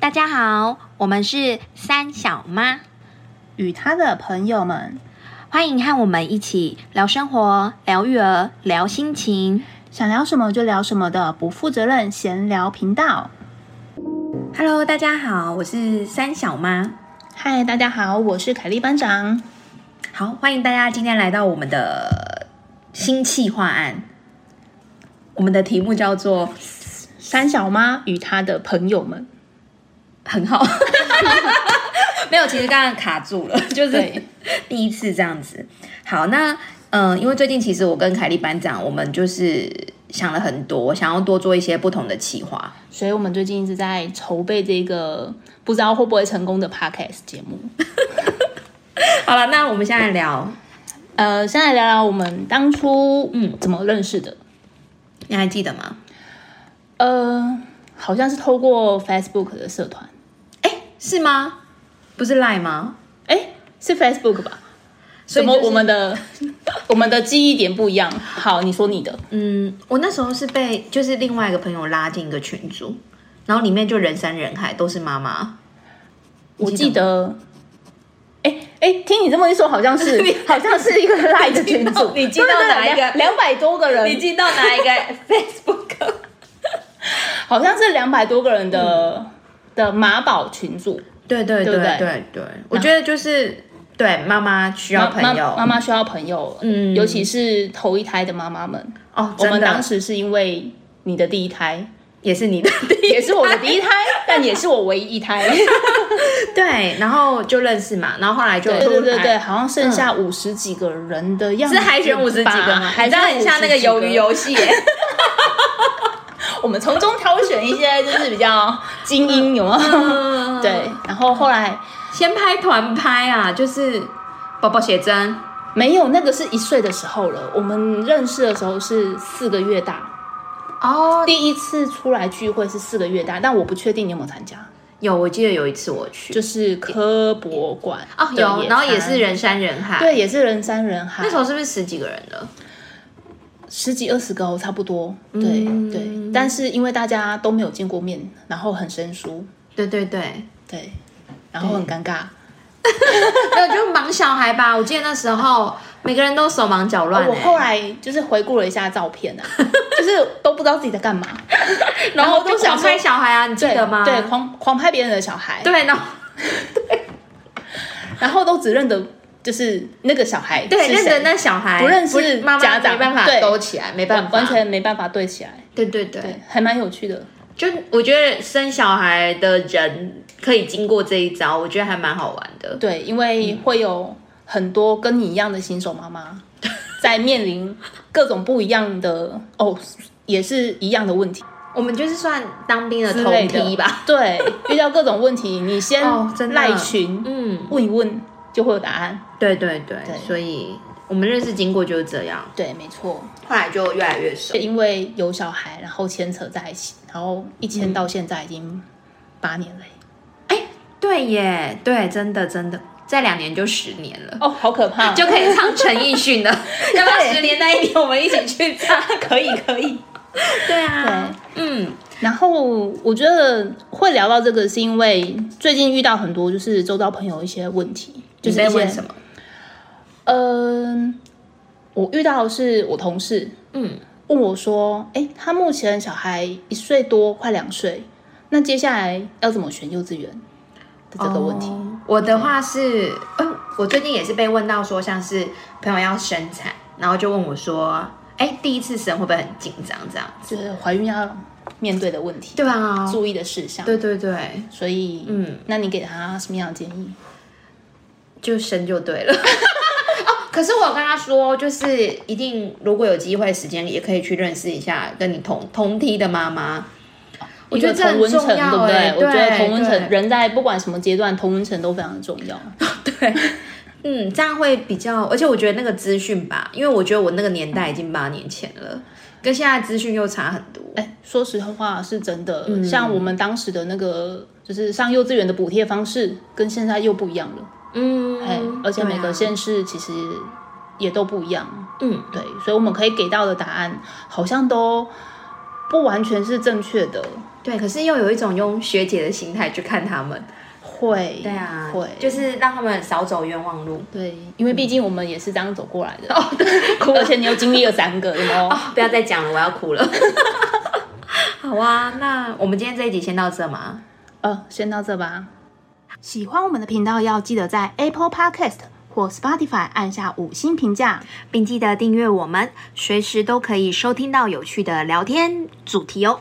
大家好，我们是三小妈，与他的朋友们，欢迎和我们一起聊生活、聊育儿、聊心情。想聊什么就聊什么的不负责任闲聊频道。 Hello，大家好，我是三小妈。嗨，大家好，我是凯莉班长。好，欢迎大家今天来到我们的新企划案。我们的题目叫做三小妈与他的朋 友们， “很好”， 没有，其实刚刚卡住了， 就是对第一次这样子。好，那嗯、呃因为最近其实我跟凯莉班长，我们就是想了很多，想要多做一些不同的企划。所以我们最近一直在筹备这个不知道会不会成功的 podcast 节目。好了，那我们现在聊，呃，先来聊聊我们当初嗯怎么认识的。你还记得吗？呃，好像是透过 Facebook 的社团，哎，是吗？不是赖吗？哎，是 Facebook 吧？所怎以么就是我们的我们的记忆点不一样？好，你说你的，嗯，我那时候是被就是另外一个朋友拉进一个群组，然后里面就人山人海，都是妈妈。我你记记得。哎哎，听你这么一说，好 像是好像是一个赖的群组，你记到哪一个两百多个人，记到哪 一个 Facebook？好像是两百多个人的、嗯的马宝群组，对对对对不对对对，我觉得就是对妈妈需要朋妈友妈妈需要朋友，嗯尤其是头一胎的妈妈们。哦，我们真的当时是因为你的第一胎，也是你的 第一也是我的第一胎， 但也是我唯一一胎。 对，然后就认识嘛，然后后来就对对对出来对，好像剩下五十几个人的样子是吧，海选五十几个吗？还你知道很像那个鱿鱼游。游 戏耶，我们从中挑选一些就是比较精英，有吗？嗯对，然后后来先拍团拍啊，就是宝宝写真，没有那个是一岁的时候了，我们认识的时候是四个月大，哦，第一次出来聚会是四个月大，但我不确定你有没有参加，有，我记得有一次我去，就是科博馆哦的野有，餐然后也是人山人海，，对，也是人山人海，那时候是不是十几个人了？十几二十个、哦、差不多，对、嗯对，但是因为大家都没有见过面，然后很生疏，对对对，对，然后很尴尬。没有就忙小孩吧。我记得那时候每个人都手忙脚乱、欸哦我后来就是回顾了一下照片啊，就是都不知道自己在干嘛， 然后就都想想说拍小孩啊，你记对得吗？对，狂狂拍别人的小孩，对，然后然后都只认得就是那个小孩对是认谁得那小孩，不认识妈妈家长没办法对勾起来，没办完法，完全没办法对起来，对对对，对，还蛮有趣的。就我觉得生小孩的人可以经过这一招，我觉得还蛮好玩的。对，因为嗯会有很多跟你一样的新手 妈妈，在面临各种不一样的哦，也是一样的问题我们就是算当兵的之同类的梯吧，。对，遇到各种问题，你先哦真的赖群、嗯，问一问，就会有答案。对对对，对所以我们认识经过就是这样，对，没错，后来就越来越熟就。因为有小孩，然后牵扯在一起，然后一牵到现在已经八年了耶。对耶，对，真的真的，再两年就十年了，哦，好可 怕！就可以唱陈奕迅 了。要不要十年那一年我们一起去唱？可以，可以。对对啊，，嗯，然后我觉得会聊到这个，是因为最近遇到很多就是周遭朋友一些问题，就你是一在些问什？么？嗯、我遇到的是我同事嗯，问我说：“哎，他目前小孩一岁多，快两岁，那接下来要怎么选幼稚园？”的这个问题。哦我的话是，嗯，我最近也是被问到说，像是朋友要生产，然后就问我说，哎，第一次生会不会很紧张？这样子，就是怀孕要面对的问题，对啊，注意的事项。对对对，所以，嗯，那你给他什么样的建议？就生就对 了。哦，可是我有跟他说，就是一定如果有机会时间，也可以去认识一下跟你同同梯的妈妈。我觉得一这个很同温层，重要对不欸我觉得对同温层对哎人在不管什么阶段，同温层都非常的重要。对，嗯，这样会比较，而且我觉得那个资讯吧，因为我觉得我那个年代已经八年前了，跟现在资讯又差很多。哎，说实话是真的，嗯像我们当时的那个，就是上幼稚园的补贴方式，跟现在又不一样了。嗯，哎，而且对啊每个县市其实也都不一样。嗯，对，所以我们可以给到的答案好像都不完全是正确的，对，可是又有一种用学姐的心态去看他们，会，对啊，会，就是让他们少走冤枉路。对，因为毕竟我们也是这样走过来的，嗯哦、 对，而且你又经历了哦三个，有没有？ 不要再讲了，我要哭了。哦 好啊，那我们今天这一集先到这嘛。呃，先到这吧。喜欢我们的频道，要记得在 Apple Podcast 或 Spotify 按下五星评价。并记得订阅我们，随时都可以收听到有趣的聊天主题哦。